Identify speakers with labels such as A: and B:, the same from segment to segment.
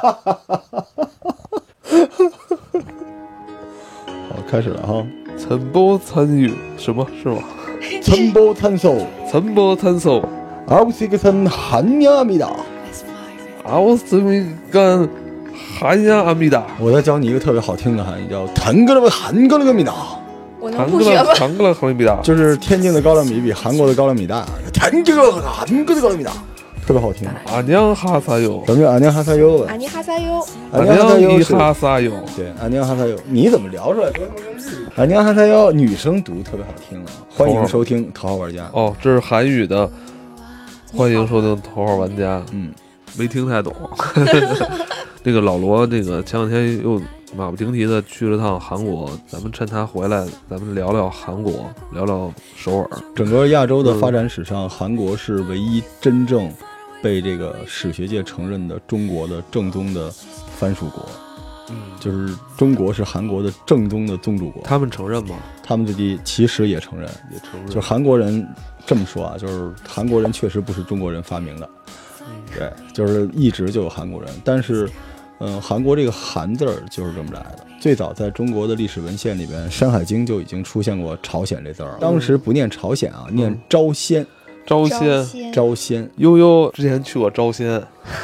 A: 好，哦开始了哈。
B: 承包参与什么是吗？
A: 参包参手，
B: 承包参手，
A: 阿乌西格森韩亚米达。
B: 啊，我怎么干？韩呀阿米达，
A: 我再教你一个特别好听的韩语，叫“腾格勒个韩格勒个米达
C: 我
B: 韩
C: 能不
B: 格
C: 学
B: 勒
C: 吗？
B: 韩格勒韩米达”，，
A: 就是天津的高粱米比韩国的高粱米大，“腾格勒个韩格勒个米达”，特别好听。
B: 阿娘哈萨哟，
A: 咱们就俺娘哈撒哟吧
C: 啊，，你哈萨哟，
B: 阿
A: 俺娘哈撒哟
B: 伊
A: 是
B: 哈萨哟，
A: 对，俺娘哈撒哟，你怎么聊出来跟跟日语？俺娘哈撒哟，女生读特别好听啊！欢迎收听《头号玩家》。
B: 哦，这是韩语的。欢迎收听《头号玩家》，
A: 嗯，
B: 没听太懂。 那个老罗，那个前两天又马不停蹄的去了趟韩国，咱们趁他回来，咱们聊聊韩国，聊聊首尔。
A: 整个亚洲的发展史上，韩国是唯一真正被这个史学界承认的中国的正宗的藩属国，
B: 嗯，
A: 就是中国是韩国的正宗的宗主国。
B: 他们承认吗？
A: 他们自己其实也承认，
B: 也承认。
A: 就韩国人这么说啊，就是韩国人确实不是中国人发明的，
B: 嗯
A: 对，就是一直就有韩国人，但是。嗯，韩国这个“韩”字儿就是这么来的。最早在中国的历史文献里边，《山海经》就已经出现过“朝鲜”这字儿了。当时不念朝鲜啊，念朝鲜，
B: 朝
C: 张
B: 鲜，
C: 先
A: 朝鲜。
B: 悠悠之前去过招仙，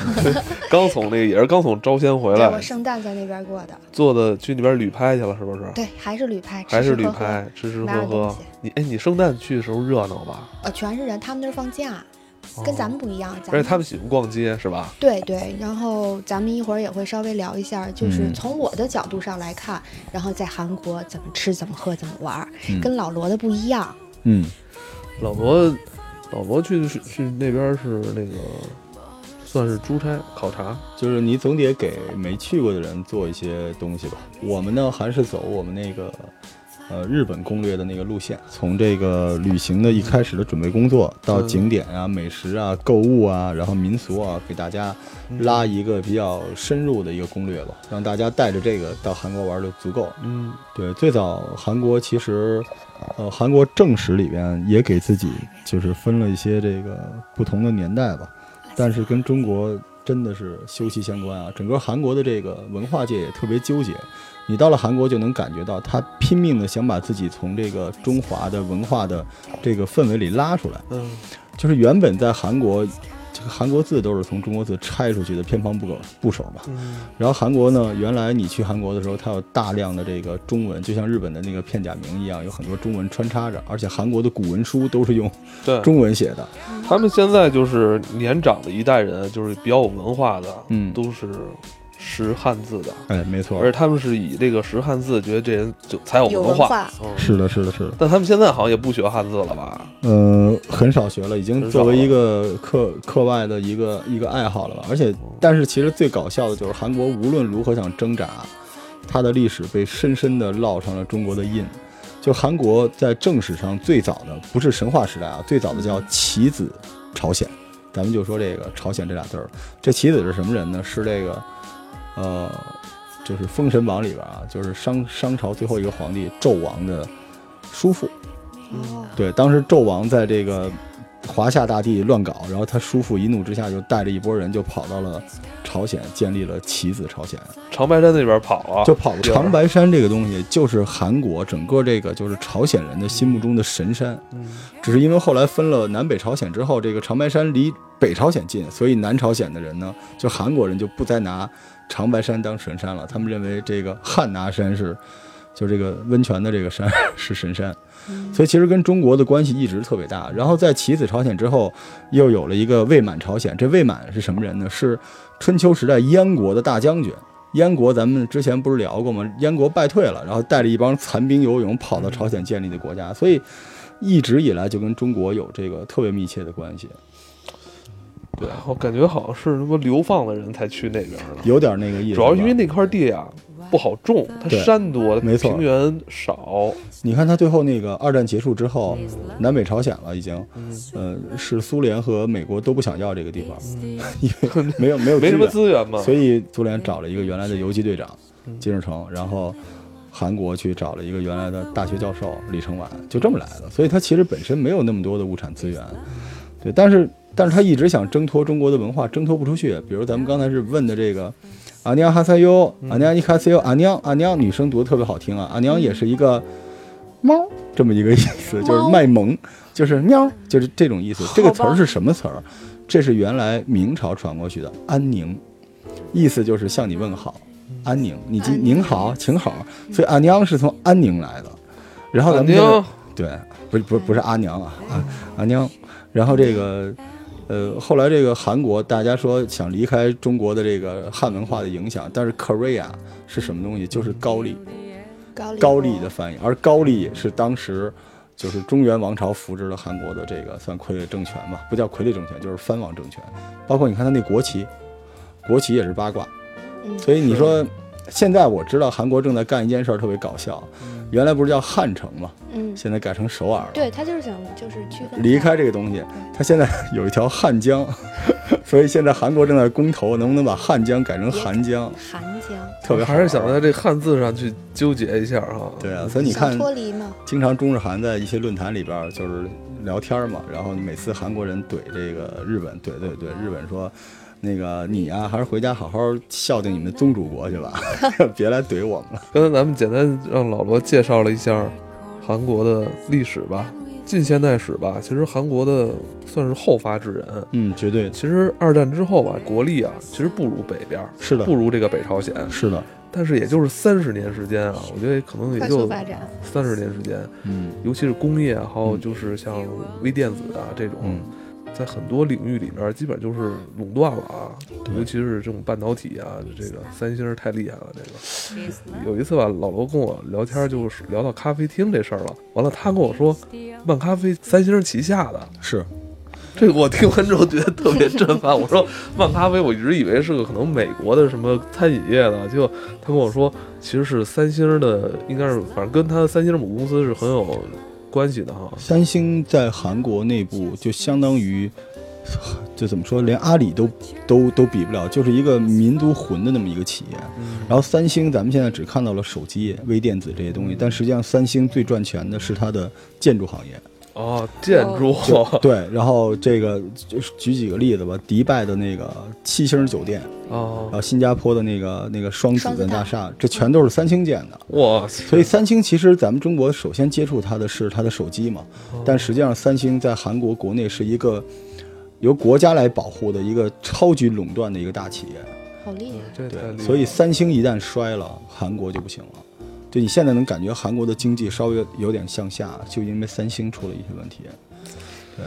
B: 刚从那个也是刚从招仙回
C: 对我
B: 来，
C: 圣诞在那边过的，
B: 坐的去那边旅拍去了，是不是？
C: 对，还是旅拍，
B: 还是
C: 吃吃
B: 旅
C: 喝喝
B: 拍，吃吃
C: 哪
B: 喝
C: 有东
B: 喝
C: 西。
B: 你哎，你圣诞去的时候热闹吧？
C: 呃，全是人，他们那儿放假，跟咱们不一样，咱
B: 而且
C: 们
B: 他们喜欢逛街是吧？
C: 对对，然后咱们一会儿也会稍微聊一下，就是
A: 嗯
C: 从我的角度上来看，然后在韩国怎么吃、怎么喝、怎么玩儿，
A: 嗯
C: 跟老罗的不一样。
A: 嗯，
B: 老婆，老婆去的是去那边是那个算是出差考察，
A: 就是你总得给没去过的人做一些东西吧。我们呢还是走我们那个呃日本攻略的那个路线，从这个旅行的一开始的准备工作，到
B: 嗯
A: 景点啊、美食啊、购物啊，然后民俗啊，给大家拉一个比较深入的一个攻略吧，让大家带着这个到韩国玩就足够了。
B: 嗯，
A: 对，最早韩国其实，呃，韩国正史里边也给自己就是分了一些这个不同的年代吧，但是跟中国真的是息息相关啊。整个韩国的这个文化界也特别纠结，你到了韩国就能感觉到他拼命的想把自己从这个中华的文化的这个氛围里拉出来。
B: 嗯
A: 就是原本在韩国，这个韩国字都是从中国字拆出去的偏旁部首部首吧。
B: 嗯
A: 然后韩国呢，原来你去韩国的时候，它有大量的这个中文，就像日本的那个片假名一样，有很多中文穿插着，而且韩国的古文书都是用
B: 对，
A: 中文写的。
B: 他们现在就是年长的一代人，就是比较有文化的，
A: 嗯
B: 都是识汉字的。
A: 哎，没错
B: 而，且他们是以这个识汉字，觉得这人就才有
C: 有
B: 文
C: 文化
B: 嗯、
A: 是的，是的，是的，
B: 但他们现在好像也不学汉字了吧？
A: 呃，很少学了，已经
B: 很少
A: 作
B: 了
A: 为一个课课外的一个一个爱好了吧。而且，但是其实最搞笑的就是韩国无论如何想挣扎，它的历史被深深地烙上了中国的印。就韩国在正史上最早的不是神话时代啊，最早的叫棋子朝鲜。咱们就说这个朝鲜这俩字儿，这棋子是什么人呢？是这个，呃，就是《封神榜》里边啊，就是商商朝最后一个皇帝纣王的叔父。
C: 哦，
A: 对，当时纣王在这个华夏大地乱搞，然后他叔父一怒之下就带着一拨人就跑到了朝鲜，建立了棋子朝鲜，
B: 长白山那边跑哦了，
A: 就跑了
B: 地儿
A: 长白山这个东西，就是韩国整个这个就是朝鲜人的心目中的神山，
B: 嗯
A: 只是因为后来分了南北朝鲜之后，这个长白山离北朝鲜近，所以南朝鲜的人呢，就韩国人就不再拿长白山当神山了，他们认为这个汉拿山是，就这个温泉的这个山 是神山，所以其实跟中国的关系一直特别大。然后在起子朝鲜之后，又有了一个魏满朝鲜，这魏满是什么人呢？是春秋时代燕国的大将军。燕国，咱们之前不是聊过吗？燕国败退了，然后带着一帮残兵游勇跑到朝鲜建立的国家，所以一直以来就跟中国有这个特别密切的关系，
B: 对，我感觉好像是他妈流放的人才去那边的，
A: 有点那个意思吧。
B: 主要因为那块地啊不好种，它
A: 对
B: 山多，
A: 没错
B: 平原少，
A: 你看他最后那个二战结束之后，南北朝鲜了已经，呃，是苏联和美国都不想要这个地方， 因为没有没有
B: 没什么
A: 资源
B: 资源嘛。
A: 所以苏联找了一个原来的游击队长金日成，然后韩国去找了一个原来的大学教授李承晚，就这么来的。所以他其实本身没有那么多的物产资源，对，但是但是他一直想挣脱中国的文化，挣脱不出去。比如咱们刚才是问的这个阿娘哈塞哟，阿娘尼卡塞哟，阿娘阿娘，女生读的特别好听啊，阿娘也是一个猫这么一个意思，就是
C: 猫
A: 卖萌，就是喵，就是这种意思。这个词
C: 好
A: 儿
C: 吧
A: 是什么词儿？这是原来明朝传过去的安宁，意思就是向你问好，安宁，你及
C: 安宁
A: 您好，请好。所以阿娘是从安宁来的，然后咱们现在
B: 娘，
A: 对，不是不是不是阿娘啊，啊阿娘。然后这个，呃，后来这个韩国大家说想离开中国的这个汉文化的影响，但是 Korea 是什么东西？就是高丽，
C: 高丽
A: 高丽的翻译，而高丽也是当时就是中原王朝扶植了韩国的这个算傀儡政权吧，不叫傀儡政权，就是藩王政权。包括你看他那国旗，国旗也是八卦，
C: 嗯
A: 所以你说。现在我知道韩国正在干一件事儿特别搞笑，原来不是叫汉城嘛，
C: 嗯，
A: 现在改成首尔了。
C: 对他就是想就是区分
A: 离
C: 开
A: 开这个东西，它现在有一条汉江， 所以现在韩国正在公投，能不能把汉江改成韩江？
C: 韩江，
A: 特别好
B: 还是想
A: 玩
B: 在这汉字上去纠结一下哈。
A: 对啊，所以你
C: 想
A: 看，
C: 脱离嘛，
A: 经常中日韩在一些论坛里边儿就是聊天儿嘛，然后每次韩国人怼这个日本，怼怼怼日本说。那个你呀、还是回家好好孝敬你们宗主国去吧， 别来怼我们了。
B: 刚才咱们简单让老罗介绍了一下韩国的历史吧，近现代史吧。其实韩国的算是后发制人。
A: 嗯，绝对
B: 其实二战之后吧，国力啊，其实不如北边儿，
A: 是的
B: 不，如这个北朝鲜。
A: 是的，
B: 但是也就是三十年时间啊，我觉得可能也
C: 快
B: 就
C: 速发展，
B: 三十年时间，
A: 嗯
B: 尤其是工业啊，还有就是像微电子啊这种，
A: 嗯，
B: 在很多领域里边儿基本就是垄断了啊，
A: 对
B: 尤其是这种半导体啊，这个三星儿太厉害了。这个有一次吧，老罗跟我聊天儿，就是聊到咖啡厅这事儿了，完了他跟我说，漫咖啡三星儿旗下的，
A: 是
B: 这个我听完之后觉得特别震撼。我说漫咖啡，我一直以为是个可能美国的什么餐饮业的，结果他跟我说其实是三星的，应该是反正跟他三星母公司是很有关系的哈。
A: 三星在韩国内部就相当于，就怎么说，连阿里都都都比不了，就是一个民族魂的那么一个企业。然后三星，咱们现在只看到了手机、微电子这些东西，但实际上三星最赚钱的是它的建筑行业。
B: 哦，建筑，
A: 对，然后这个就是举几个例子吧，迪拜的那个七星酒店，然
B: 哦，
A: 后新加坡的那个那个双子
C: 双
A: 的
C: 子塔
A: 大厦，这全都是三星建的。
B: 哇塞，
A: 所以三星其实咱们中国首先接触它的是它的手机嘛，
B: 哦
A: 但实际上三星在韩国国内是一个由国家来保护的一个超级垄断的一个大企业，
C: 好厉害，
B: 这太厉害了
A: 对，所以三星一旦衰了，韩国就不行了。就你现在能感觉韩国的经济稍微有点向下，就因为三星出了一些问题。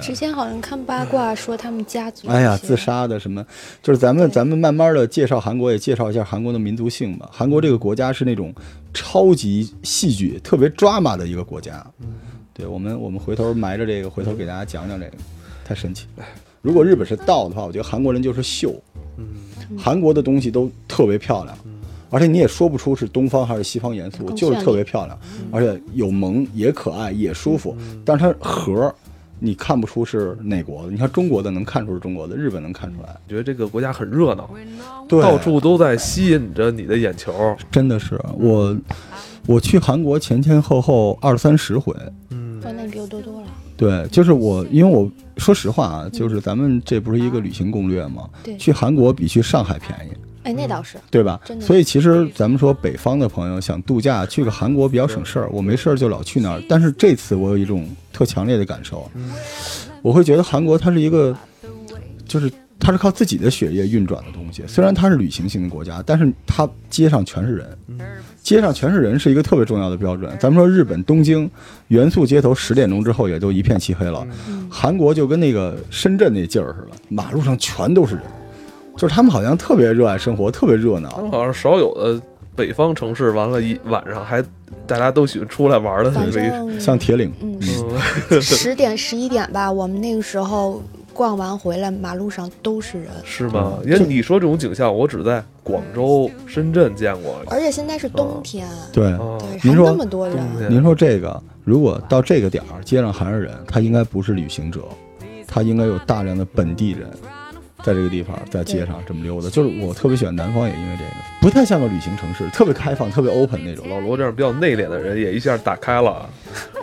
C: 之前好像看八卦说他们家族，
A: 嗯哎呀，自，杀的什么，就是咱们咱们慢慢的介绍韩国，也介绍一下韩国的民族性吧。韩国这个国家是那种超级戏剧、特别 drama 的一个国家。对我们，我们回头埋着这个，回头给大家讲讲这个，太神奇了。如果日本是道的话，我觉得韩国人就是秀，韩国的东西都特别漂亮，而且你也说不出是东方还是西方元素，
C: 更
A: 就是
C: 绚
A: 特
C: 丽
A: 别漂亮，而且有萌也可爱也舒服，
C: 嗯
A: 但是它核儿你看不出是哪国的，你看中国的能看出是中国的，日本能看出来，
B: 觉得这个国家很热闹，
C: 嗯
A: 对
B: 到处都在吸引着你的眼球。
A: 真的是我，我去韩国前前后后二三十回，
B: 嗯，
C: 哇，那你比我多多了，
A: 对，就是我，因为我说实话啊，就是咱们这不是一个旅行攻略吗？
C: 啊对
A: 去韩国比去上海便宜。
C: 哎，
A: 嗯
C: 那倒是，
A: 对吧
C: 真？的
A: 所以其实咱们说北方的朋友想度假去个韩国比较省事儿，我没事儿就老去那儿。但是这次我有一种特强烈的感受，啊
C: 嗯
A: 我会觉得韩国它是一个，就是它是靠自己的血液运转的东西。虽然它是旅行型的国家，但是它街上全是人，
C: 嗯
A: 街上全是人是一个特别重要的标准。咱们说日本东京元素街头十点钟之后也都一片漆黑了，
C: 嗯
A: 韩国就跟那个深圳那劲儿似的，马路上全都是人。就是他们好像特别热爱生活，特别热闹
B: 他。们好像少有的北方城市，完了一晚上还大家都喜欢出来玩的
C: 反
B: 那个。
C: 正
A: 像铁岭，
C: 嗯，
B: 嗯，
C: 十点十一点吧，我们那个时候逛完回来，马路上都是人，
B: 是吗？
A: 嗯
B: 因为你说这种景象，我只在广州、深圳见过。
A: 哎
C: 而且现在是冬天，
A: 哦对。
B: 啊，
C: 哦对，
A: 您
C: 还
A: 说
C: 那么多人，
B: 冬天
A: 您说这个，如果到这个点儿，街上还是人，他应该不是旅行者，
C: 嗯
A: 他应该有大量的本地人，在这个地方，在街上这么溜达。
C: 嗯
A: 就是我特别喜欢南方，也因为这个，不太像个旅行城市，特别开放，特别 open 那种。
B: 老罗这样比较内敛的人也一下打开了，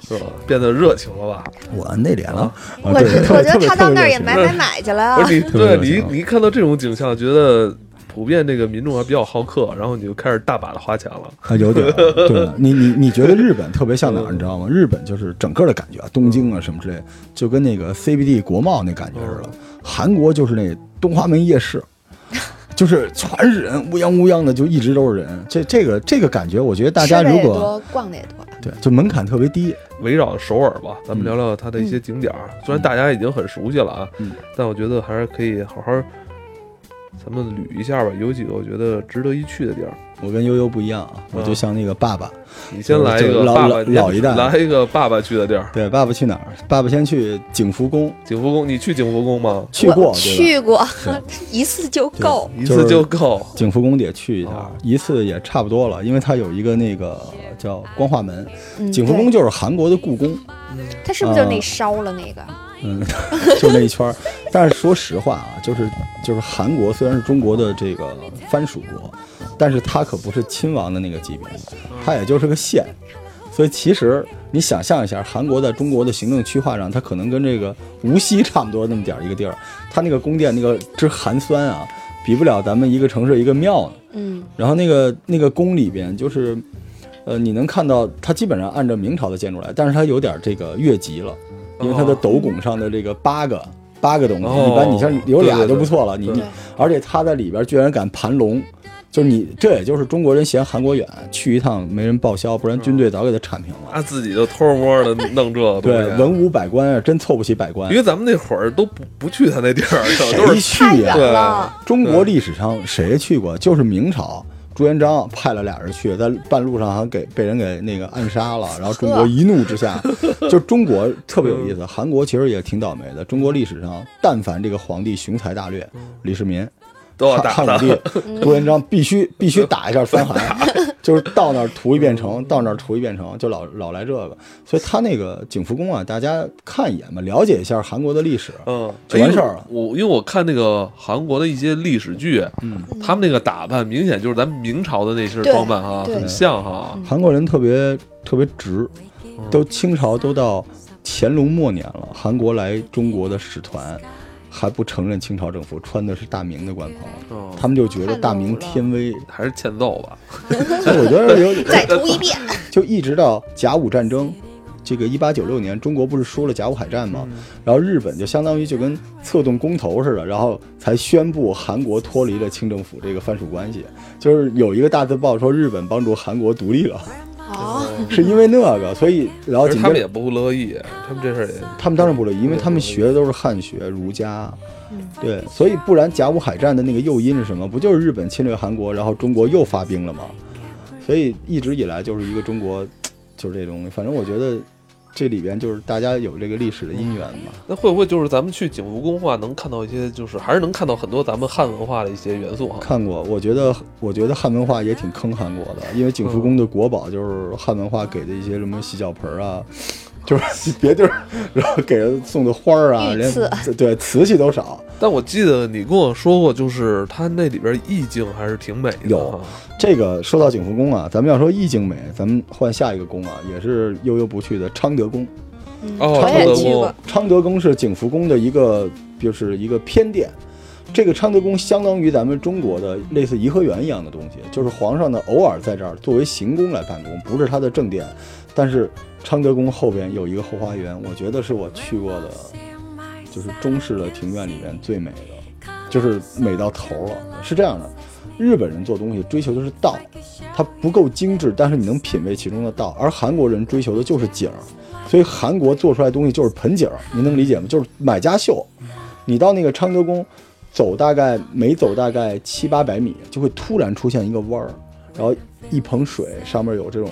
B: 是吧？变得热情了吧？
A: 我内敛了，啊
C: 我
A: 对
C: 觉
A: 特
C: 我
A: 别特
C: 觉得
A: 别
C: 他
A: 特别嗯
C: 到那儿
A: 热
C: 也
A: 情
C: 买买买去了
B: 不，是你，
A: 特别
B: 对
A: 热
B: 你
A: 情，
B: 你一看到这种景象，觉得普遍这个民众还比较好客，然后你就开始大把的花钱了。
A: 啊，有点儿，对你你你觉得日本特别像哪儿，你知道吗？日本就是整个的感觉啊，东京啊什么之类，就跟那个 CBD 国贸那感觉似的。韩国就是那东华门夜市，就是全是人，乌泱乌泱的，就一直都是人。这这个这个感觉，我觉得大家
C: 吃的
A: 如
C: 也
A: 果
C: 多，逛的也多。
A: 对，就门槛特别低，
B: 围绕首尔吧，咱们聊聊它的一些景点儿。虽然大家已经很熟悉了啊，
A: 嗯
B: 但我觉得还是可以好好咱们捋一下吧。有几个我觉得值得一去的地儿，
A: 我跟悠悠不一样啊，我就像那个爸爸，
B: 你先来一
A: 就
B: 个
A: 老
B: 爸爸
A: 老老一代
B: 来一个爸爸去的地儿，
A: 对，爸爸去哪儿？爸爸先去景福宫，
B: 景福宫。你去景福宫吗？
A: 去过
C: 我
A: 对吧？
C: 去过
A: 对，
C: 一次就够。
B: 一
A: 就是
B: 次就够。
A: 景福宫得去一下
B: 哦，
A: 一次也差不多了，因为它有一个那个叫光化门，
C: 嗯，
A: 景福
C: 对
A: 宫就是韩国的故宫，
C: 它是不是就是
A: 呃
C: 那烧了那个？
A: 嗯， 就那一圈儿。但是说实话啊，就是就是韩国虽然是中国的这个藩属国，但是它可不是亲王的那个级别，它也就是个县。所以其实你想象一下，韩国在中国的行政区划上，它可能跟这个无锡 差不多那么点儿一个地儿，它那个宫殿那个之寒酸啊，比不了咱们一个城市一个庙呢。
C: 嗯，
A: 然后那个那个宫里边就是，呃，你能看到它基本上按照明朝的建筑来，但是它有点这个越级了，因为它的
B: 哦
A: 斗拱上的这个八个八个东西，
B: 哦
A: 一般你像有俩就不错了，你
B: 对对
A: 你
C: 对，
A: 而且它在里边居然敢盘龙。就是你，这也就是中国人嫌韩国远，去一趟没人报销，不然军队早给他铲平了。
B: 他自己就偷摸的弄这个东
A: 对
B: 西，，
A: 文武百官啊，真凑不齐百官
B: 因。为咱们那会儿都不不去他那地儿，都
A: 谁
B: 是
A: 去
C: 太
A: 呀、
C: 远了。
A: 中国历史上谁去过？就是明朝朱元璋派了俩人去，在半路上还给被人给那个暗杀了，然后中国一怒之下， 就中国特别有意思。韩国其实也挺倒霉的，中国历史上但凡这个皇帝雄才大略，李世民、
B: 都要
A: 汉
B: 打
A: 汉
B: 的
A: 武。帝、朱元璋必须必须嗯 打一嗯下三韩，就是到那儿屠一遍城，到那儿屠一遍城，就老老来这个。所以他那个景福宫啊，大家看一眼吧，了解一下韩国的历史。
B: 嗯，
A: 就完事儿了
B: 因为我因为我看那个韩国的一些历史剧，
A: 嗯
B: 他们那个打扮明显就是咱们明朝的那身装扮哈，
C: 对对
B: 很像哈。
A: 韩国人特别特别直，都清朝都到乾隆末年了，韩国来中国的使团还不承认清朝政府，穿的是大明的官袍，
B: 嗯，
A: 他们就觉得大明天威。
B: 还是欠揍吧。
A: 所以我觉得有
C: 再涂一遍。
A: 就一直到甲午战争，这个一八九六年，中国不是输了甲午海战吗？然后日本就相当于就跟策动公投似的，然后才宣布韩国脱离了清政府这个藩属关系。就是有一个大字报说日本帮助韩国独立了，
C: 哦，
A: 是因为那个，所以然后
B: 其实
A: 紧接
B: 他们
A: 着
B: 也不乐意，他们这事儿也
A: 他们当然不乐意，因为他们学的都是汉学、儒家，
C: 嗯
A: 对，所以不然甲午海战的那个诱因是什么？不就是日本侵略韩国，然后中国又发兵了吗？所以一直以来就是一个中国，就是这种，反正我觉得这里边就是大家有这个历史的因缘嘛。
B: 那会不会就是咱们去景福宫的话，能看到一些就是还是能看到很多咱们汉文化的一些元素哈？
A: 看过，我觉得我觉得汉文化也挺坑韩国的，因为景福宫的国宝就是汉文化给的一些什么洗脚盆啊，就是 别地儿，然后给人送的花儿啊，
C: 御
A: 连
C: 赐
A: 对瓷器都少。
B: 但我记得你跟我说过，就是它那里边意境还是挺美的哈。
A: 有这个说到景福宫啊，咱们要说意境美，咱们换下一个宫啊，也是悠悠不去的昌德宫。
C: 嗯
B: 哦
C: 我也
B: 差不多
C: 去过。
A: 昌德宫是景福宫的一个，就是一个偏殿。这个昌德宫相当于咱们中国的类似颐和园一样的东西，就是皇上呢偶尔在这儿作为行宫来办公，不是他的正殿。但是昌德宫后边有一个后花园，我觉得是我去过的，就是中式的庭院里面最美的，就是美到头了。是这样的，日本人做东西追求的是道，它不够精致，但是你能品味其中的道；而韩国人追求的就是景儿，所以韩国做出来的东西就是盆景儿，您能理解吗？就是买家秀。你到那个昌德宫，走大概每走大概七八百米，就会突然出现一个弯儿，然后一盆水，上面有这种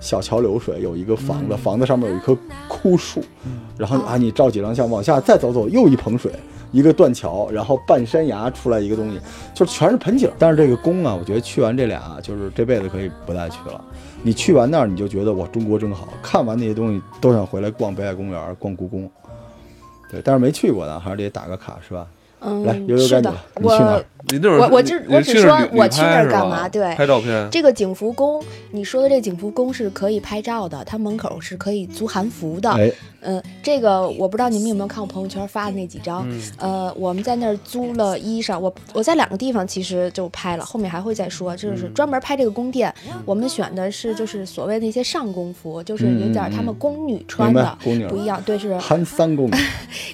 A: 小桥流水，有一个房子，房子上面有一棵枯树，然后啊，你照几张相，往下再走走，又一盆水，一个断桥，然后半山崖出来一个东西，就是全是盆景。但是这个宫啊，我觉得去完这俩，就是这辈子可以不再去了。你去完那儿，你就觉得哇，中国真好看完那些东西，都想回来逛北海公园、逛故宫。对，但是没去过的还是得打个卡，是吧？
C: 嗯，
A: 来悠悠
C: 是
A: 该你
C: 的
A: 了，你去哪
C: 我
A: 儿
B: 你那会儿
C: 我我
B: 你
C: 只
B: 你
C: 我
B: 去
C: 只
B: 那儿
C: 说
B: 旅
C: 我
B: 旅
C: 去
B: 拍
C: 那儿
B: 是
C: 干
B: 吧
C: 嘛对
B: 拍照片，
C: 这个景福宫，你说的这景福宫是可以拍照的，它门口是可以租韩服的。
A: 哎，
C: 嗯、这个我不知道你们有没有看我朋友圈发的那几张。
B: 嗯，
C: 呃，我们在那儿租了衣裳，我我在两个地方其实就拍了，后面还会再说。这就是
B: 嗯
C: 专门拍这个宫殿，我们选的是就是所谓的一些上宫服，就是有点儿他们宫女
A: 嗯
C: 穿
A: 明
C: 的。
A: 白，哎姑
C: 不一
A: 娘，
C: 样，对是，
A: 韩三公，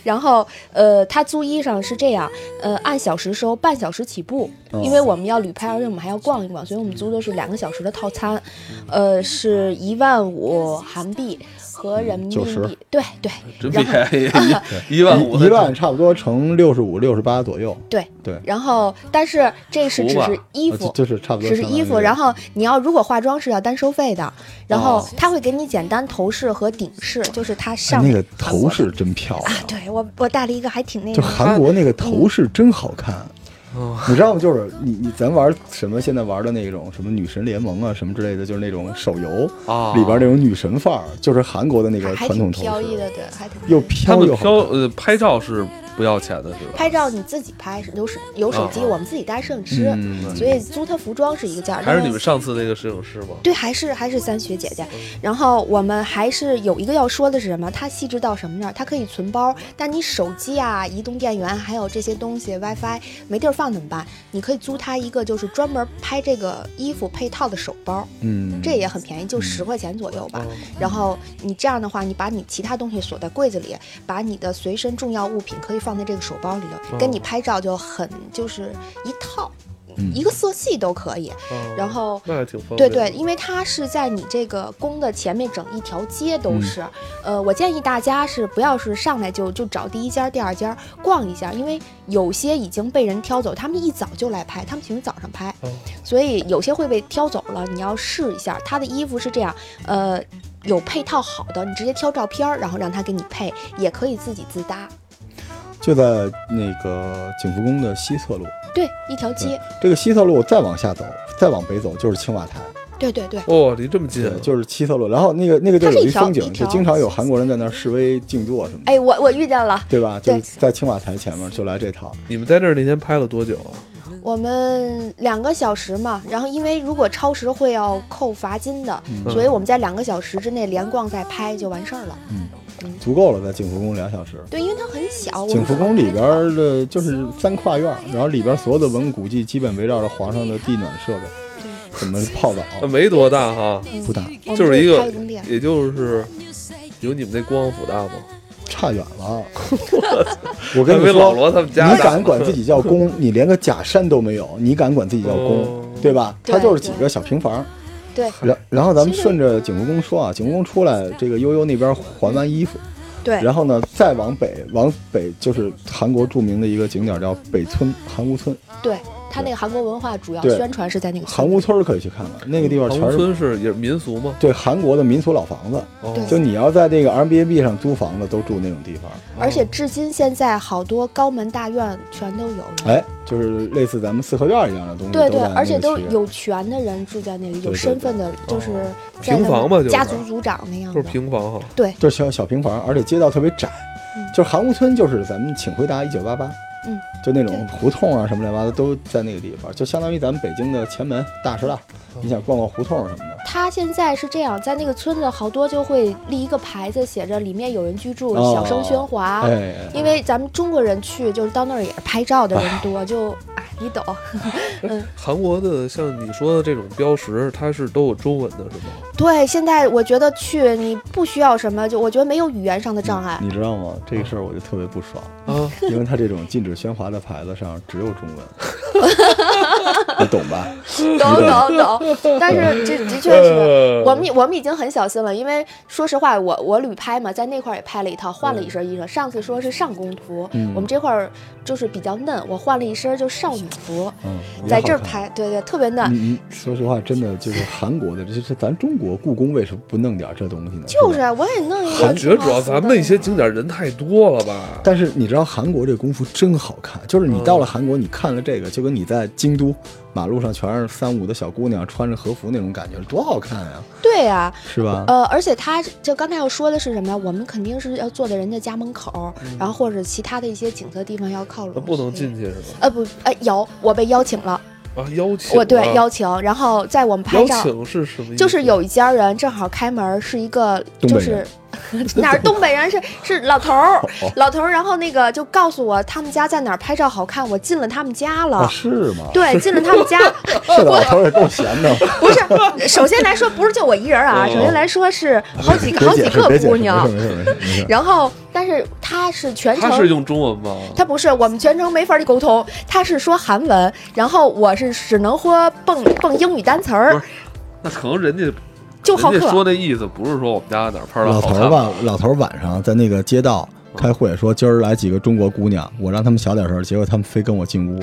C: 然后呃，他租衣裳是这样，呃，按小时收，半小时起步，
A: 哦
C: 因为我们要旅拍，而且我们还要逛一逛，所以我们租的是两个小时的套餐，呃，是一万五韩币合人民币，
A: 90
C: 对对
B: 真
C: 然
B: 便
C: 后
B: 宜， 一一万五，
A: 一一万差不多乘六十五、六十八左右，
C: 对
A: 对
C: 然后但是这是
B: 服
C: 只
B: 吧
C: 是衣
A: 啊
C: 服
A: 就。就是差不多
C: 只
A: 相
C: 是
A: 当于这个。
C: 衣服，然后你要如果化妆是要单收费的，然后他会给你简单头饰和顶饰，就是它
A: 哦哎
C: 上
A: 那
C: 面
A: 个
C: 韩国
A: 头
C: 的
A: 饰真漂亮
C: 啊，，哎对我我戴了一个还挺那
A: 就
C: 个，
A: 韩国那个头饰真好看。
B: 哦
A: 你知道吗？就是你你咱玩什么？现在玩的那种什么女神联盟啊，什么之类的，就是那种手游
B: 啊，
A: 里边那种女神范儿，就是韩国的那个
C: 还还
A: 传
C: 挺
A: 统头
C: 飘逸
A: 饰，
C: 的，对，还挺
A: 又
B: 他
A: 飘
B: 们
A: 又
B: 挑
A: 好看。
B: 呃拍照是不要钱的是吧？
C: 拍照你自己拍，有手有手机，
B: 啊啊
C: 我们自己带摄影师，
A: 嗯，
C: 所以租他服装是一个价儿。
B: 还是你
C: 另
B: 们嗯
C: 外
B: 上次那个摄影师吗？
C: 对，还是还是三雪姐姐。然后我们还是有一个要说的是什么？它细致到什么那儿？它可以存包，但你手机啊、移动电源还有这些东西 WiFi 没地儿放怎么办？你可以租它一个就是专门拍这个衣服配套的手包，
A: 嗯，
C: 这也很便宜，就十块钱左右吧。
B: 哦
C: 然后你这样的话，你把你其他东西锁在柜子里，把你的随身重要物品可以放在这个手包里头，
B: 哦
C: 跟你拍照就很就是一套，
A: 嗯
C: 一个色系都可以。
B: 哦
C: 然后
B: 那还挺方
C: 对
B: 便的，
C: 对，因为它是在你这个宫的前面整一条街
B: 嗯
C: 都是。呃，我建议大家是不要是上来就就找第一家、第二家逛一下，因为有些已经被人挑走，他们一早就来拍，他们喜欢早上拍，
B: 哦
C: 所以有些会被挑走了。你要试一下，他的衣服是这样，呃，有配套好的，你直接挑照片儿，然后让他给你配，也可以自己自搭。
A: 就在那个景福宫的西侧路，
C: 对，一条街，
A: 这个西侧路再往下走，再往北走就是青瓦台，
C: 对对对，
B: 哦，离这么近啊，
A: 对，就是西侧路。然后那个那个地儿
C: 它是
A: 有
C: 一条
A: 风景，
C: 一
A: 就
C: 条
A: 经常有韩国人在那儿示威静坐什么的，
C: 哎，我我遇见了，
A: 对吧？就是
C: 对
A: 在青瓦台前面就来这套，
B: 你们在那儿那天拍了多久啊？
C: 我们两个小时嘛，然后因为如果超时会要扣罚金的，
A: 嗯
C: 所以我们在两个小时之内连逛带拍就完事儿了。
A: 足够了，在景福宫两小时。
C: 对，因为它很小，我
A: 景
C: 们
A: 福宫里边儿的就是三跨院儿，然后里边儿所有的文物古迹基本围绕着皇上的地暖设备，什么泡澡啊
B: 那没多大哈，
A: 不大，
C: 嗯我们
B: 就是一
C: 拍
B: 个
C: 个宫殿，，
B: 也就是有你们那光府大吗？
A: 差远 了。我跟
B: 还
A: 你
B: 没
A: 说，
B: 老罗他们家
A: 你
B: 大
A: 敢。管自己叫 宫，你连个假山都没有，你敢管自己叫宫
B: 哦，
A: 对吧？
C: 对
A: 它就是几个小平房。
C: 对
A: 然然后咱们顺着景福宫说啊，景福宫出来，这个悠悠那边还完衣服，
C: 对
A: 然后呢再往北，往北就是韩国著名的一个景点叫北村韩屋村，
C: 对，它那个韩国文化主要
A: 对
C: 宣传是在那个村
A: 韩屋村儿可以去看看，那个地方
B: 唐
A: 全是
B: 村是也是民俗吗？
A: 对韩国的民俗老房子，
B: 哦
C: 对
A: 就你要在这个 Airbnb 上租房子，都住那种地方。
C: 而且至今现在好多高门大院全都有人。
A: 哎，就是类似咱们四合院一样的东西，
C: 对
A: 都
C: 对
A: 在那，个
C: 而且都
A: 区域
C: 有权的人住在那里，
A: 对
C: 有
A: 对
C: 身份的，就是
B: 哦
C: 在
B: 平房嘛就是
C: 家族族长那样
B: 就
C: 的
B: 是。平房哈。啊
C: 对，
A: 就是小小平房，而且街道特别窄。
C: 嗯
A: 就是韩屋村，就是咱们《请回答一九八八》，
C: 嗯，
A: 就那种胡同啊什么乱七八糟都在那个地方，就相当于咱们北京的前门大石大。你想逛逛胡同什么的，
C: 他现在是这样，在那个村子好多就会立一个牌子，写着里面有人居住，
A: 哦
C: 小声喧哗。
A: 哎，
C: 因为咱们中国人去，就是到那儿也是拍照的人
A: 嗯
C: 多，就哎，你懂。
B: 韩国的像你说的这种标识，它是都有中文的是吗？
C: 对，现在我觉得去你不需要什么，就我觉得没有语言上的障碍。
A: 你知道吗？这个事儿我就特别不 爽，
B: 啊，
A: 因为它这种禁止喧哗的牌子上只有中文， 你懂吧？
C: 懂懂懂，但是这的确 是。
B: 呃
C: 我们我们已经很小心了，因为说实话，我我旅拍嘛，在那块儿也拍了一套，换了一身衣裳。
B: 嗯
C: 上次说是上工服，
A: 嗯
C: 我们这块儿就是比较嫩，我换了一身就少女服，
A: 嗯，也
C: 在
A: 好
C: 这儿
A: 看
C: 拍，对对，特别嫩。
B: 嗯
A: 你你说实话，真的就是韩国的，这这咱中国故宫为什么不弄点这东西呢？
C: 就是是
A: 吧。
C: 啊，我也弄一个。
B: 我觉得主要咱们那些景点人太多了吧？
A: 但是你知道韩国这功夫真好看，就是你到了韩国，你看了这个，就跟你在京都、马路上全是三五的小姑娘穿着和服那种感觉，多好看呀，
C: 对呀、
A: 是吧？
C: 呃，而且他就刚才要说的是什么呀？我们肯定是要坐在人家家门口，然后或者其他的一些景色地方要靠
B: 嗯那
C: 拢。
B: 不能
C: 所以
B: 进。去是吧？
C: 呃不，呃有，我被邀请了，
B: 啊，邀请
C: 我对
B: 啊
C: 邀请，然后在我们拍
B: 邀
C: 照，
B: 请是什么意思？
C: 就是有一家人正好开门，是一个
A: 东
C: 就
A: 北
C: 是
A: 人
C: 哪儿东北人是是老头儿
A: 哦，
C: 老头儿，然后那个就告诉我他们家在哪儿拍照好看，我进了他们家
A: 啊，
C: 了。
A: 是吗？
C: 对，进了他们 家，
A: 这老头儿也够闲的，
C: 不是，首先来说不是就我一人啊，
B: 哦
C: 首先来说是好几个
A: 别
C: 好几
A: 解释，
C: 个
A: 别解释，
C: 姑
A: 没事
C: 娘，
A: 没事没事没事。
C: 然后但是他是全
B: 他是
C: 程。
B: 用中文吗？
C: 他不是，我们全程没法儿沟通。他是说韩文，然后我是只能说蹦蹦英语单词
B: 不
C: 儿
B: 是，那可能人家
C: 就好
B: 人家
C: 客。
B: 说那意思不是说我们家哪儿拍的
A: 老
B: 好
A: 头
B: 看
A: 儿，吧，老头儿晚上在那个街道开会，说今儿来几个中国姑娘，我让他们小点声，结果他们非跟我进屋，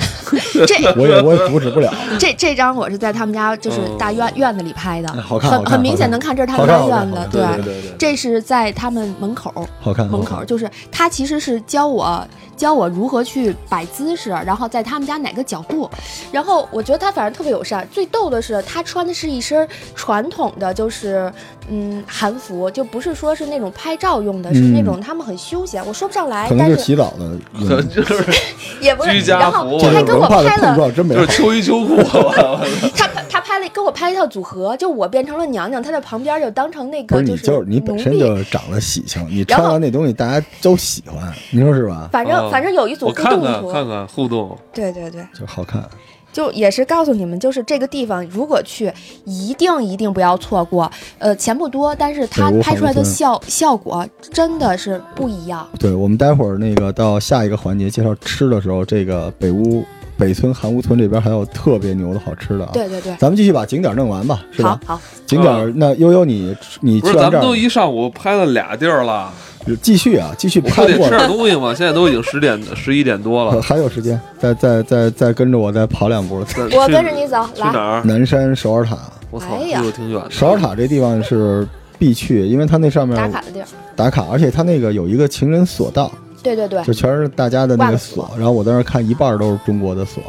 C: 这
A: 我也我也阻止不了。
C: 这这张我是在他们家就是
B: 嗯
C: 大院、院子里拍的，
A: 哎哦好看好
C: 啊很
A: 看
C: 很明显
A: 好看
C: 能看这是他
A: 好
C: 们
A: 看
C: 家
A: 好看
C: 院子
A: 好看，
C: 对啊
A: 对
B: 对对
C: 这是在他们门口儿。
A: 好看好
C: 门
A: 看
C: 口，就是他其实是教我教我如何去摆姿势，然后在他们家哪个角度，然后我觉得他反正特别友善。最逗的是，他穿的是一身传统的，就是嗯韩服，就不是说是那种拍照用的，是
A: 嗯
C: 那种他们很休闲，我说不上来
A: 可，能
C: 哎但
A: 就是
C: 是
A: 洗澡 的用
B: 可
A: 的
B: 能， 就是
C: 也不是
B: 居。家
C: 然后
B: 服
A: 这个
C: 他还跟
A: 文
C: 我
A: 化的
C: 拍了
A: 碰撞真没
B: 就
A: 有
B: 是。秋衣秋裤啊吧。
C: 他拍他拍了跟我拍了一套组合，就我变成了娘娘，他在旁边就当成那
A: 不
C: 个
A: 是你，
C: 是
A: 就是你本身
C: 奴婢
A: 就长得喜庆，你穿
C: 然后
A: 完那东西大家都喜欢，你说是吧？
C: 反正
B: 哦
C: 反正有一组
B: 我
C: 互动
B: 看看看
C: 图，
B: 看互动，
C: 对对对，
A: 就好看，
C: 就也是告诉你们，就是这个地方如果去，一定一定不要错过。呃，钱不多，但是它
A: 对我
C: 拍
A: 反
C: 出来的
A: 复推
C: 效效果真的是不一样。
A: 对我们待会儿那个到下一个环节介绍吃的时候，这个北屋北村韩屋村这边还有特别牛的好吃的啊。，
C: 对对对，
A: 咱们继续把景点弄完吧，是
C: 好
A: 吧？
C: 好，
A: 景点儿那悠悠你你
B: 不
A: 去
B: 是
A: 完
B: 咱
A: 这
B: 们都
A: 儿
B: 一上午拍了俩地儿了，
A: 继续啊，继续
B: 我不
A: 拍
B: 得
A: 过
B: 吃
A: 来。
B: 点东西嘛。现在都已经十点十一点多
A: 呃
B: 了，
A: 还有时间，再再再再跟着我再跑两步。
B: 咱
C: 我
B: 去
C: 跟着你走
B: 去哪
C: 来。
B: 儿？
A: 南山首尔塔，
B: 我操，
C: 哎呀
B: 离我挺远的。
A: 首尔塔这地方是必去，因为它那上面
C: 打卡的地儿，
A: 打卡，而且它那个有一个情人索道，
C: 对对对，
A: 就全是大家的那
C: 挂
A: 个
C: 个
A: 锁
C: 锁。
A: 然后我在那儿看，一半都是中国的 锁，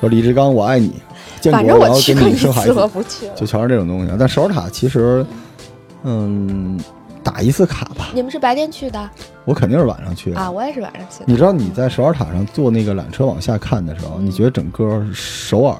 A: 说李志刚我爱你，建
C: 反
A: 国
C: 正
A: 我
C: 我
A: 要
C: 去
A: 跟
C: 过
A: 你
C: 一
A: 生孩
C: 次，我
A: 子，
C: 不去了。
A: 就全是这种东西。啊但首尔塔其实，嗯，打一次卡吧，
C: 你们是白天去的
A: 我肯定是晚上去的
C: 啊？我也是晚上去的。
A: 你知道你在首尔塔上坐那个缆车往下看的时候，
C: 嗯
A: 你觉得整个首尔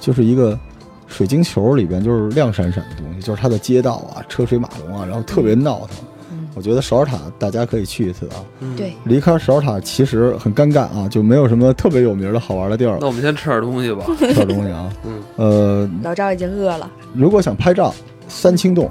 A: 就是一个水晶球里边就是亮闪闪的东西，就是它的街道啊、车水马龙啊，然后特别闹腾。
C: 嗯
A: 我觉得首尔塔大家可以去一次啊。
B: 嗯
C: 对，
A: 离开首尔塔其实很尴尬啊，就没有什么特别有名的好玩的地儿
B: 那我们先吃点东西吧。
A: 小东西啊。
B: 嗯，
A: 呃，
C: 老赵已经饿了。
A: 如果想拍照，三清洞。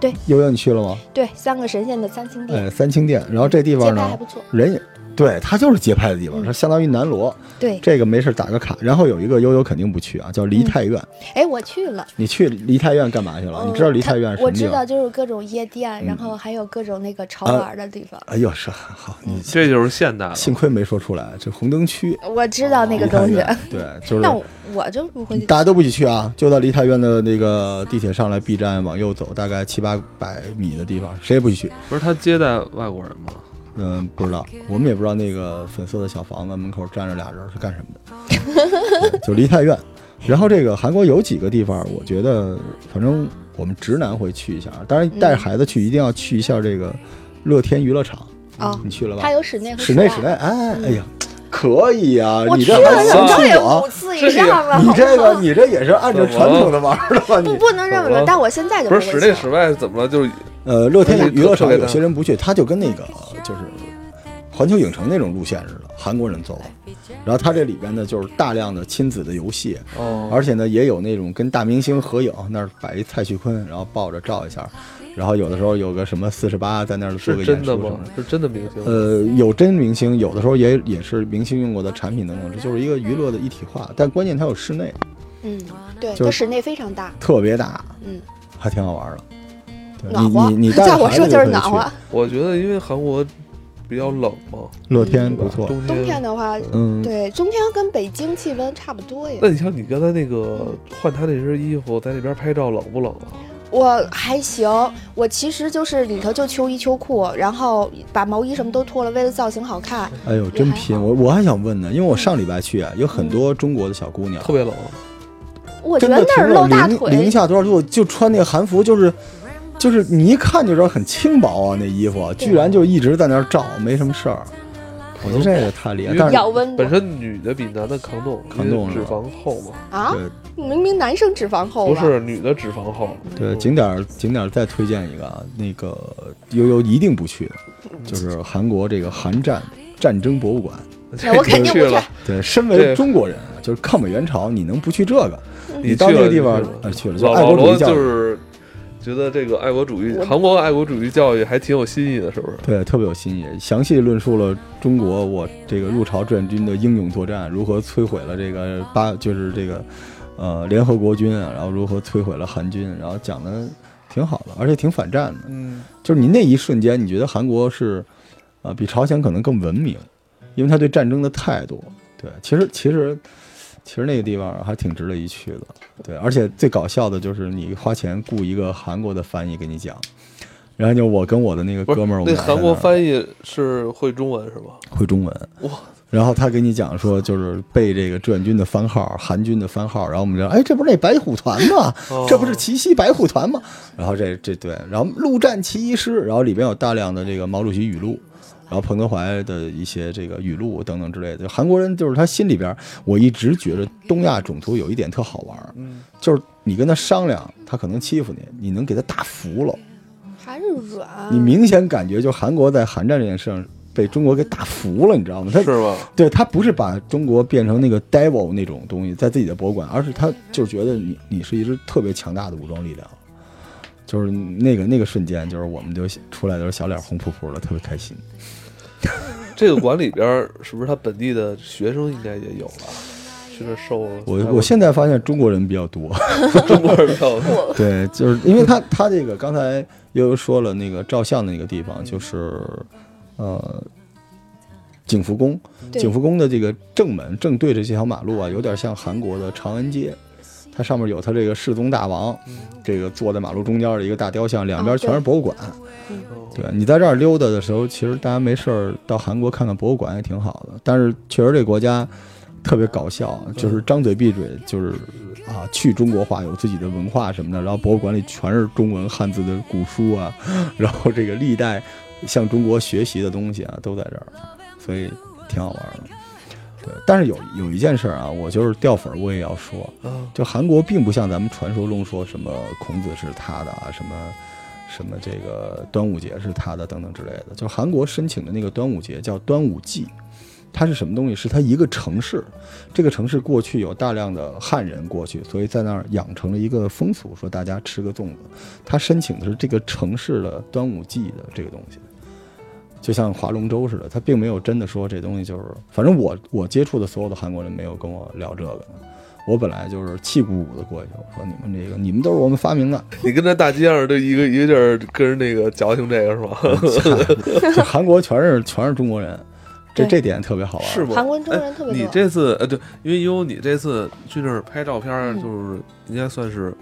C: 对，
A: 悠悠你去了吗？
C: 对，三个神仙的三星殿，
A: 哎，三清殿，然后这地
C: 街
A: 方
C: 拍还
A: 呢，
C: 不错。
A: 人也对，它就是街拍的地方，
C: 嗯
A: 它相当于南锣。
C: 对，
A: 这个没事打个卡。然后有一个悠悠肯定不去啊，叫梨泰院。
C: 哎，我去了。
A: 你去梨泰院干嘛去了？
C: 嗯
A: 你知道梨泰院是
C: 我
A: 什么地
C: 知道，
A: 方？
C: 就是各种夜
A: 嗯
C: 店，啊然后还有各种那个潮玩的地方。
A: 哎呦，是好，你
B: 这就是现代了。
A: 幸亏没说出来。这红灯区
C: 我知道那
A: 梨
C: 个
A: 泰
C: 东西，
A: 院，对，就是
C: 那我我就不会。
A: 大家都不许去啊！就到梨泰院的那个地铁上来 B 站往右走，大概七八百米的地方，谁也不许去。
B: 不是他接待外国人吗？
A: 嗯，不知道，我们也不知道那个粉色的小房子门口站着俩人是干什么 的，嗯对就梨泰院。然后这个韩国有几个地方，我觉得反正我们直男会去一下，当
C: 嗯
A: 然带着孩子去一定要去一下这个乐天娱乐场，
C: 哦，
A: 你去了吧
C: 它？有室内和
A: 室内
C: 外嗯
A: 室内，哎哎呀，可以呀、
C: 我
A: 你
C: 去
A: 这
C: 了
A: 还
C: 怎
A: 想
C: 么着
A: 去
C: 也
A: 我
C: 五？次以
B: 这是
C: 上了，
A: 你
C: 好
A: 这
C: 不
A: 个
C: 好？
A: 你这也是按照传统的玩儿的吧？你
C: 不 不能这
B: 怎
C: 么
B: 么
C: 着
B: 了，
C: 但我现在就
B: 不是室内
C: 室
B: 室外怎么了？就是
A: 呃，乐天
B: 而且
A: 娱乐场
B: 特别
A: 有
B: 大
A: 些人不去，他就跟那个就是环球影城那种路线似的，韩国人走。然后他这里边呢，就是大量的亲子的游戏，
B: 哦，
A: 而且呢也有那种跟大明星合影，那儿摆一蔡徐坤，然后抱着照一下。然后有的时候有个什么四十八在那儿做个
B: 是
A: 演
B: 真
A: 出
B: 的
A: 什么
B: 吗
A: 的。？
B: 是真的明星吗？
A: 呃，有真明星，有的时候也也是明星用过的产品等等，这就是一个娱乐的一体化。但关键它有室内，
C: 嗯，对，
A: 就
C: 它
A: 是
C: 室内非常大，
A: 特别大，
C: 嗯，
A: 还挺好玩的。对
C: 暖和
A: 你你。你带
C: 在
A: 着
C: 我
A: 孩子
C: 说
A: 就
C: 就是
A: 可以
C: 暖
A: 去
C: 和。
B: 我觉得因为韩国比较冷嘛，
A: 乐天不
B: 对吧
A: 错，
B: 冬
C: 冬天的话，
A: 嗯，
C: 对，冬天跟北京气温差不多呀
B: 那。你像你刚才那个换他那身衣服，在那边拍照冷不冷啊？
C: 我还行，我其实就是里头就秋衣秋裤，然后把毛衣什么都脱了，为了造型好看。
A: 哎呦，真拼！我我还想问呢，因为
C: 嗯
A: 我上礼拜去啊，有很多中国的小姑娘，
B: 特别冷，啊
C: 我觉
A: 真的
C: 得那
A: 挺
C: 儿露
A: 冷，
C: 大
A: 零零
C: 腿，
A: 下多少度就穿那个韩服，就是就是你一看就知道很轻薄啊，那衣服居然就一直在那儿照，没什么事儿。我觉得这个太厉害，但是
C: 要温度
B: 本身女的比男的抗冻，
A: 抗
B: 因为
A: 冻是
B: 脂
A: 吧
B: 肪厚嘛，
C: 啊！
A: 对
C: 明明男生脂肪厚
B: 不
C: 吧？
B: 是女的脂肪厚。嗯
A: 对，景点儿景点儿再推荐一个啊，那个悠悠一定不去，就是韩国这个韩战战争博物馆。
B: 这
C: 我肯定
B: 去
C: 不去
B: 了，
A: 对，身为
B: 对
A: 中国人啊，就是抗美援朝，你能不去这个？
B: 你
A: 到
B: 去
A: 那个
B: 了
A: 地
B: 你
A: 方
B: 去了
A: 啊去了，就
B: 老
A: 爱
B: 老
A: 国主
B: 罗
A: 义教
B: 就
A: 育，
B: 是觉得这个爱国主义，
C: 我
B: 韩国爱国主义教育还挺有新意的，是不是？
A: 对，特别有新意，详细论述了中国我这个入朝志愿军的英勇作战，如何摧毁了这个八，就是这个呃联合国军啊，然后如何摧毁了韩军，然后讲的挺好的，而且挺反战的。
B: 嗯，
A: 就是你那一瞬间，你觉得韩国是，呃，比朝鲜可能更文明，因为他对战争的态度。对，其实其实其实那个地方还挺值得一去的。对，而且最搞笑的就是你花钱雇一个韩国的翻译给你讲，然后就我跟我的那个
B: 不是
A: 哥们儿，我
B: 那
A: 们俩在
B: 韩国
A: 那儿
B: 翻译是会中文是吧？
A: 会中文，
B: 哇，
A: 然后他给你讲说就是背这个志愿军的番号、韩军的番号，然后我们就哎，这不是那白虎团吗？
B: 哦
A: 这不是奇袭白虎团吗？然后这这对，然后陆战奇一师，然后里边有大量的这个毛主席语录，然后彭德怀的一些这个语录等等之类的。就韩国人就是他心里边，我一直觉得东亚种族有一点特好玩儿，
B: 嗯，
A: 就是你跟他商量，他可能欺负你，你能给他打服了。
C: 还是软？
A: 你明显感觉就韩国在韩战这件事上被中国给打服了，你知道吗？他
B: 是吧？
A: 对他不是把中国变成那个 devil 那种东西，在自己的博物馆，而是他就是觉得你你是一支特别强大的武装力量，就是那个那个瞬间，就是我们就出来的时候小脸红扑扑的，特别开心。
B: 这个馆里边儿是不是他本地的学生应该也有了？去那儿受
A: 我我现在发现中国人比较多，
B: 在中国人票，
A: 对，就是因为他他这个刚才悠悠说了那个照相的那个地方，就是呃景福宫，
C: 对
A: 景福宫的这个正门正对着这条马路啊，有点像韩国的长安街，它上面有它这个世宗大王，这个坐在马路中间的一个大雕像，两边全是博物馆。
B: 哦
A: 对你在这儿溜达的时候，其实大家没事儿到韩国看看博物馆也挺好的。但是确实这国家特别搞笑，啊就是张嘴闭嘴就是啊去中国化，有自己的文化什么的。然后博物馆里全是中文汉字的古书啊， 然后这个历代向中国学习的东西啊都在这儿，所以挺好玩的。对，但是有有一件事儿啊，我就是掉粉儿，我也要说，
B: 啊，
A: 就韩国并不像咱们传说中说什么孔子是他的啊，什么什么这个端午节是他的等等之类的。就韩国申请的那个端午节叫端午祭，它是什么东西？是它一个城市，这个城市过去有大量的汉人过去，所以在那儿养成了一个风俗，说大家吃个粽子。他申请的是这个城市的端午祭的这个东西。就像划龙舟似的，他并没有真的说这东西就是，反正我我接触的所有的韩国人没有跟我聊这个，我本来就是气鼓鼓的过去，我说你们这个，你们都是我们发明的。
B: 你跟这大街上这一个一个劲儿跟人那个矫情这个是吗？
A: 就韩国全是全是中国人，这
C: 对
A: 这点特别好玩。
B: 是吗？
C: 韩国中国人特别多
B: 你这次呃，对，因为有你这次去那儿拍照片儿，
C: 嗯
B: 就是应该算是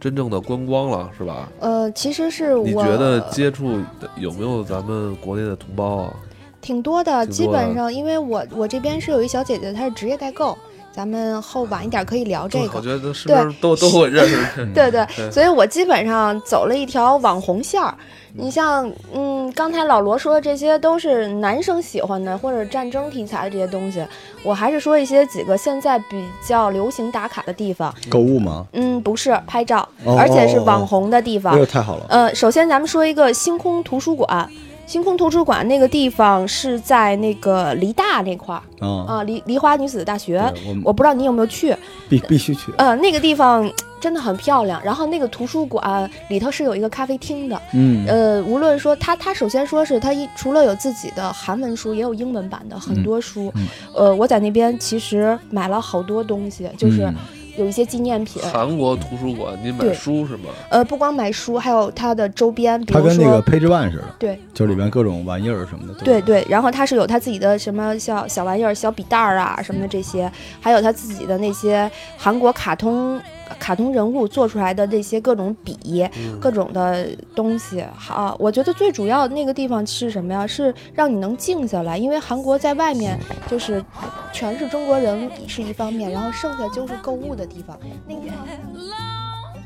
B: 真正的观光了，是吧？
C: 呃，其实是我
B: 你觉得接触的有没有咱们国内的同胞啊？
C: 挺多的，
B: 挺
C: 基
B: 多的
C: 本上因为我我这边是有一小姐姐，她是职业代购，咱们后晚一点可以聊这
B: 我
C: 个。
B: 觉得是不是都都会认识？
A: 嗯
C: 对对，
B: 对
C: 所以我基本上走了一条网红线儿。你像，嗯，刚才老罗说的这些都是男生喜欢的或者战争题材的这些东西，我还是说一些几个现在比较流行打卡的地方。
A: 购物吗？
C: 嗯，不是拍照，
A: 哦
C: 而且是
A: 哦哦
C: 网红的地方
A: 哎。呦，太好了！
C: 呃，首先咱们说一个星空图书馆。星空图书馆那个地方是在那个梨大那块儿
A: 啊，
C: 啊，梨梨花女子大学。
A: 对我们
C: 我不知道你有没有去，
A: 必必须去。
C: 呃，那个地方真的很漂亮。然后那个图书馆里头是有一个咖啡厅的，
A: 嗯，
C: 呃，无论说他，他首先说是他一除了有自己的韩文书，也有英文版的很多书。
A: 嗯
C: 呃，我在那边其实买了好多东西，就是
A: 嗯
C: 有一些纪念品，
B: 韩国图书馆，你买
C: 对
B: 书是吗？
C: 呃，不光买书，还有它的周边，比
A: 它
C: 如
A: 跟
C: 说
A: 那个 Page One 似的，
C: 对，
A: 就是里边各种玩意儿什么的。都
C: 对，对，然后它是有它自己的什么小小玩意儿、小笔袋儿啊什么的这些，还有它自己的那些韩国卡通卡通人物做出来的这些各种笔、
B: 嗯
C: 各种的东西。好，我觉得最主要的那个地方是什么呀？是让你能静下来，因为韩国在外面就是全是中国人是一方面，然后剩下就是购物的地方，那个地方。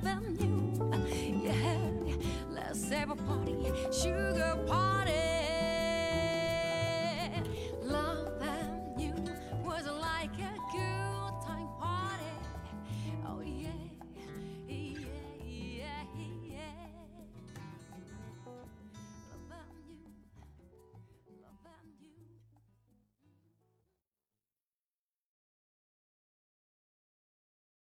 D: love and you. Yeah, let's have a party, sugar party. Oh,